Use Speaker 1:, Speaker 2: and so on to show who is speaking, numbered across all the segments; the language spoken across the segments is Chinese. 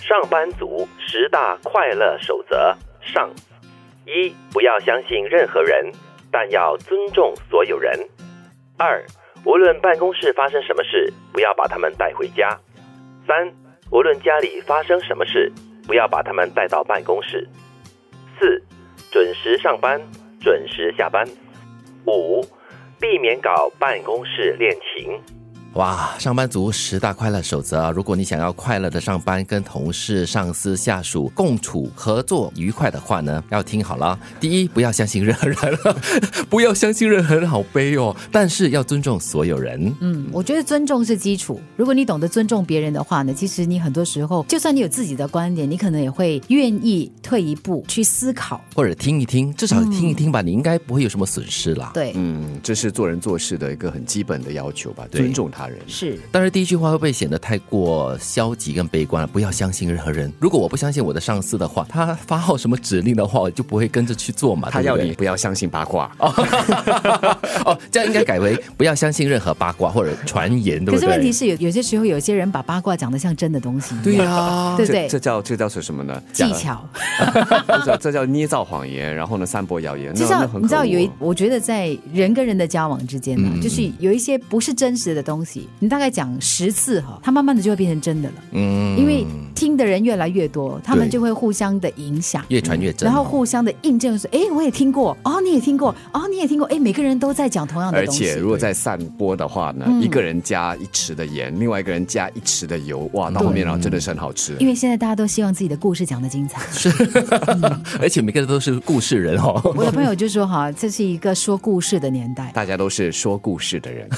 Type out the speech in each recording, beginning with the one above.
Speaker 1: 上班族十大快乐守则上：一、不要相信任何人，但要尊重所有人；二、无论办公室发生什么事，不要把他们带回家；三、无论家里发生什么事，不要把他们带到办公室；四、准时上班，准时下班；五、避免搞办公室恋情。
Speaker 2: 哇，上班族十大快乐守则啊！如果你想要快乐的上班，跟同事、上司、下属共处合作愉快的话呢，要听好了。第一，不要相信任何人 了，不要相信任何人，好悲哦。但是要尊重所有人。
Speaker 3: 嗯，我觉得尊重是基础。如果你懂得尊重别人的话呢，其实你很多时候，就算你有自己的观点，你可能也会愿意退一步去思考。
Speaker 2: 或者听一听，至少听一听吧，你应该不会有什么损失啦。
Speaker 3: 对，
Speaker 4: 嗯，这是做人做事的一个很基本的要求吧，
Speaker 2: 对
Speaker 4: 尊重他人。
Speaker 3: 是
Speaker 2: 但是第一句话会不会显得太过消极跟悲观了？不要相信任何人。如果我不相信我的上司的话，他发号什么指令的话，我就不会跟着去做嘛。
Speaker 4: 他
Speaker 2: 对
Speaker 4: 要
Speaker 2: 不对
Speaker 4: 你不要相信八卦，
Speaker 2: 哦，这样应该改为不要相信任何八卦或者传言，对不对？
Speaker 3: 可是问题是有有些时候，有些人把八卦讲得像真的东西一样，
Speaker 2: 对呀、
Speaker 3: 对啊不
Speaker 4: 这
Speaker 3: 对
Speaker 4: 这？叫这叫是什么呢？
Speaker 3: 技巧，
Speaker 4: 这叫这叫捏造谎言，然后呢散播谣言。
Speaker 3: 就
Speaker 4: 那那
Speaker 3: 像
Speaker 4: 很
Speaker 3: 你知道
Speaker 4: 可恶啊
Speaker 3: 有一，我觉得在人跟人的交往之间呢，就是有一些不是真实的东西，你大概讲十次哈，它慢慢的就会变成真的了，
Speaker 2: 嗯
Speaker 3: 因为听的人越来越多，他们
Speaker 2: 对
Speaker 3: 就会互相的影响。
Speaker 2: 越传越真、哦
Speaker 3: 然后互相的印证说，哎，我也听过，哦，你也听过，哦，你也听过，哎，每个人都在讲同样的
Speaker 4: 而
Speaker 3: 东西。嗯
Speaker 4: 且如果在散播的话呢，一个人加一匙的盐，另外一个人加一匙的油，哇，到后面啊真的是很好吃。
Speaker 3: 因为现在大家都希望自己的故事讲得 精彩。
Speaker 2: 而且每个人都是故事人哦。
Speaker 3: 我的朋友就说哈，这是一个说故事的年代。
Speaker 4: 大家都是说故事 的人，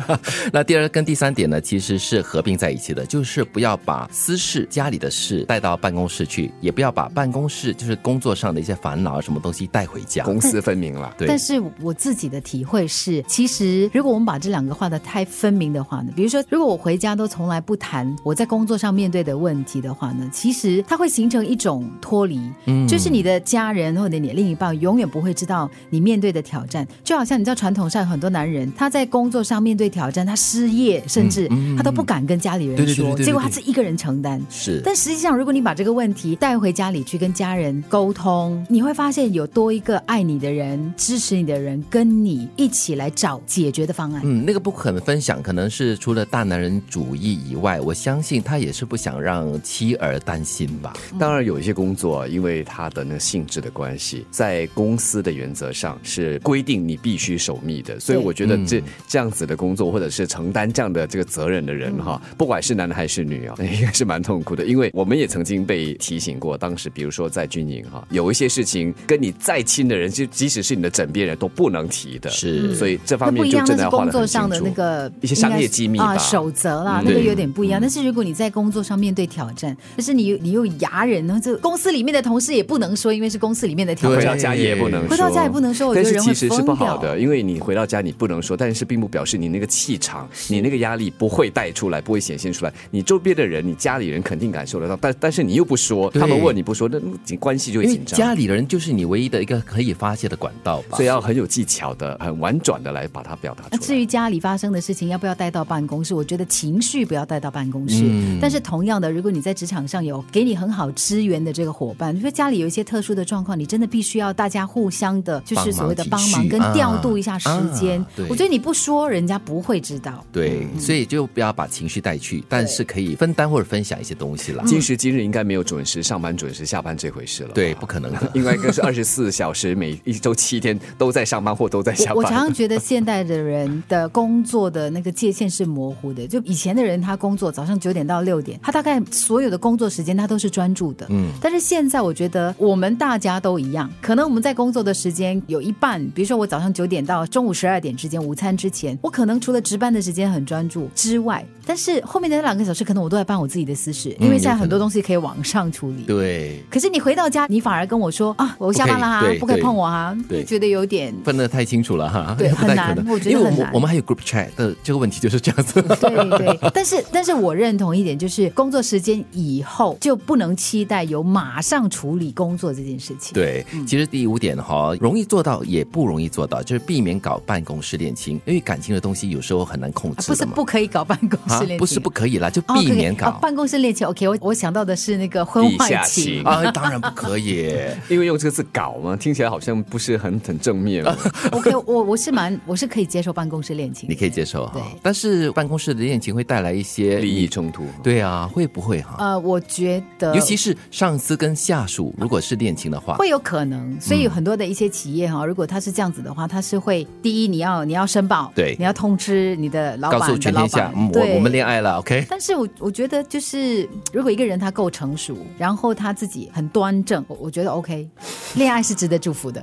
Speaker 2: 那第二跟第三点呢，其实是合并在一起的，就是不要把私事、家里的事带到办公室去，也不要把办公室就是工作上的一些烦恼啊什么东西带回家。
Speaker 4: 公私分明了。
Speaker 2: 对
Speaker 3: 但是我自己的体会是，其实如果我们把这两个画的太分明的话呢，比如说，如果我回家都从来不谈我在工作上面对的问题的话呢，其实它会形成一种脱离，嗯，就是你的家人或者你的另一半永远不会知道你面对的挑战，就好像你知道传统上很多男人他在工作上面对挑战，他失业，甚至他都不敢跟家里人
Speaker 2: 嗯对对对对
Speaker 3: 说，
Speaker 2: 对对
Speaker 3: 结果他
Speaker 2: 对
Speaker 3: 是一个人承担，
Speaker 2: 是，
Speaker 3: 但实际上，如果你把这个问题带回家里去跟家人沟通，你会发现有多一个爱你的人、支持你的人，跟你一起来找解决的方案。
Speaker 2: 嗯，那个不肯分享，可能是除了大男人主义以外，我相信他也是不想让妻儿担心吧。
Speaker 3: 嗯
Speaker 4: 当然，有一些工作，因为它的那个性质的关系，在公司的原则上是规定你必须守密的，所以
Speaker 3: 对
Speaker 4: 我觉得
Speaker 3: 嗯
Speaker 4: 这、这样子的工作，或者是承担这样的这个责任的人哈，
Speaker 3: 嗯
Speaker 4: 不管是男的还是女啊， 应该是蛮痛苦的。因为我们也曾经被提醒过，当时比如说在军营哈，有一些事情跟你再亲的人，就即使是你的枕边人都不能提的，
Speaker 2: 是
Speaker 4: 所以这
Speaker 3: 那
Speaker 4: 方
Speaker 3: 不
Speaker 4: 面
Speaker 3: 一
Speaker 4: 就
Speaker 3: 样，
Speaker 4: 真
Speaker 3: 那
Speaker 4: 的
Speaker 3: 是
Speaker 4: 要画
Speaker 3: 工
Speaker 4: 得
Speaker 3: 作
Speaker 4: 很
Speaker 3: 上
Speaker 4: 清
Speaker 3: 的
Speaker 4: 楚
Speaker 3: 那个
Speaker 4: 一些商业机密
Speaker 3: 应该
Speaker 4: 吧。
Speaker 3: 是啊守则啦
Speaker 4: 嗯，
Speaker 3: 那个
Speaker 4: 对
Speaker 3: 有点不一样。但是如果你在工作上面对挑战，但是你你又牙人，然后这公司里面的同事也不能说，因为是公司里面的挑
Speaker 4: 回
Speaker 2: 对
Speaker 4: 到
Speaker 3: 战。
Speaker 4: 家也不能说，
Speaker 3: 回到家也不能说我觉
Speaker 4: 但
Speaker 3: 得
Speaker 4: 是
Speaker 3: 人会
Speaker 4: 其实是不好
Speaker 3: 疯掉
Speaker 4: 的，因为你回到家你不能说，但是并不表示你那个气场、你那个压力不会带出来，不会显现出来。你周边的人、你家里人肯定感受得到，但但是你又不说，
Speaker 2: 对
Speaker 4: 他们问你不说，那那关系就会
Speaker 2: 因为
Speaker 4: 紧
Speaker 2: 家
Speaker 4: 张。
Speaker 2: 里的人就是你唯一的一个可以发泄的管道吧。
Speaker 4: 所以要很有技巧的、很婉转的来把它表达
Speaker 3: 那
Speaker 4: 出
Speaker 3: 啊至
Speaker 4: 来。
Speaker 3: 于家里发生的事情要不要带到办公室，我觉得情绪不要带到办公室。
Speaker 2: 嗯
Speaker 3: 但是同样的，如果你在职场上有给你很好支援的这个伙伴，你说家里有一些特殊的状况，你真的必须要大家互相的，就是所谓的帮忙
Speaker 2: 帮忙体恤
Speaker 3: 跟
Speaker 2: 啊
Speaker 3: 调度一下时间。
Speaker 2: 啊对
Speaker 3: 我觉得你不说，人家不会知道。
Speaker 2: 对，所以就不要把情绪带去，但是可以分担或者分享一些东西啦。
Speaker 3: 嗯
Speaker 4: 今时今日应该没有准时上班、准时下班这回事了。
Speaker 2: 对，不可能 的。
Speaker 4: 应该应该是二十四小时，每一周七天都在上班或都在下
Speaker 3: 我我常
Speaker 4: 班。
Speaker 3: 常觉得现代的人的工作的那个界限是模糊的。就以前的人，他工作早上九点到六点，他大概所有的工作时间他都是专注的。嗯，但是现在我觉得我们大家都一样，可能我们在工作的时间有一半，比如说我早上九点到中午十二点之间，午餐之前，我可能除了值班的时间很专注之外，但是后面的那两个小时可能我都在办我自己的私事，
Speaker 2: 嗯
Speaker 3: 因为现在很多东西可以网上处理。
Speaker 2: 对，
Speaker 3: 可是你回到家，你反而跟我说啊，我下班了哈、
Speaker 2: 不可以对
Speaker 3: 不可以
Speaker 2: 对
Speaker 3: 碰我啊，
Speaker 2: 对
Speaker 3: 就觉得有点
Speaker 2: 分得太清楚了哈，
Speaker 3: 对
Speaker 2: 不太
Speaker 3: 很难
Speaker 2: 可能
Speaker 3: 我觉得
Speaker 2: 因为我
Speaker 3: 很
Speaker 2: 们
Speaker 3: 难
Speaker 2: 我们还有 group chat 的这个问题就是这样 子。
Speaker 3: 对 对，但是但是我认同一点，就是工作时间以后就不能期待有马上处理工作这件事情。，
Speaker 2: 对，其实第五点哈、容易做到也不容易做到，就是避免搞办公室恋情，因为感情的东西有时候很难控不吃
Speaker 3: 啊不
Speaker 2: 的
Speaker 3: 是
Speaker 2: 吗
Speaker 3: 不可以搞办公室恋情，
Speaker 2: 不是不可以啦，就
Speaker 3: 哦
Speaker 2: 避
Speaker 3: 可以
Speaker 2: 免搞
Speaker 3: 哦办公室恋情。OK，我我想到的是那个婚
Speaker 4: 地
Speaker 3: 外
Speaker 4: 下
Speaker 3: 情
Speaker 4: 情。
Speaker 2: 啊，当然不可以。
Speaker 4: 因为用这个字“搞”嘛，听起来好像不是很很正面 嘛。
Speaker 3: OK，我我是蛮我是可以接受办公室恋情的，
Speaker 2: 你可以接受哈
Speaker 3: 对，
Speaker 2: 但是办公室的恋情会带来一些
Speaker 4: 利益冲突，
Speaker 2: 对啊，会不会哈？
Speaker 3: 呃，我觉得
Speaker 2: 尤其是上司跟下属，如果是恋情的话，
Speaker 3: 会有可
Speaker 2: 嗯
Speaker 3: 能，所以有很多的一些企业哈、如果它是这样子的话，它是会第一你要你要申报，
Speaker 2: 对
Speaker 3: 你要通知你的老板，
Speaker 2: 告诉全天下，
Speaker 3: 你
Speaker 2: 嗯
Speaker 3: 的老板对
Speaker 2: 我我们恋爱了，OK？
Speaker 3: 但是我我觉得就是，如果一个人他够成熟，然后他自己很端正，我我觉得 OK，恋爱是值得祝福的。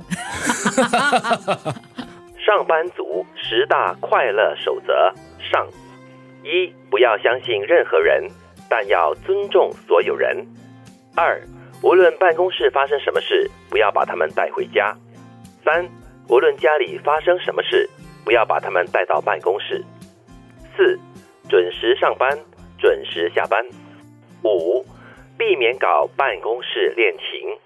Speaker 1: 上班族十大快乐守则上：一、不要相信任何人，但要尊重所有人；二、无论办公室发生什么事，不要把他们带回家；三、无论家里发生什么事，不要把他们带到办公室；四、准时上班，准时下班；五、避免搞办公室恋情。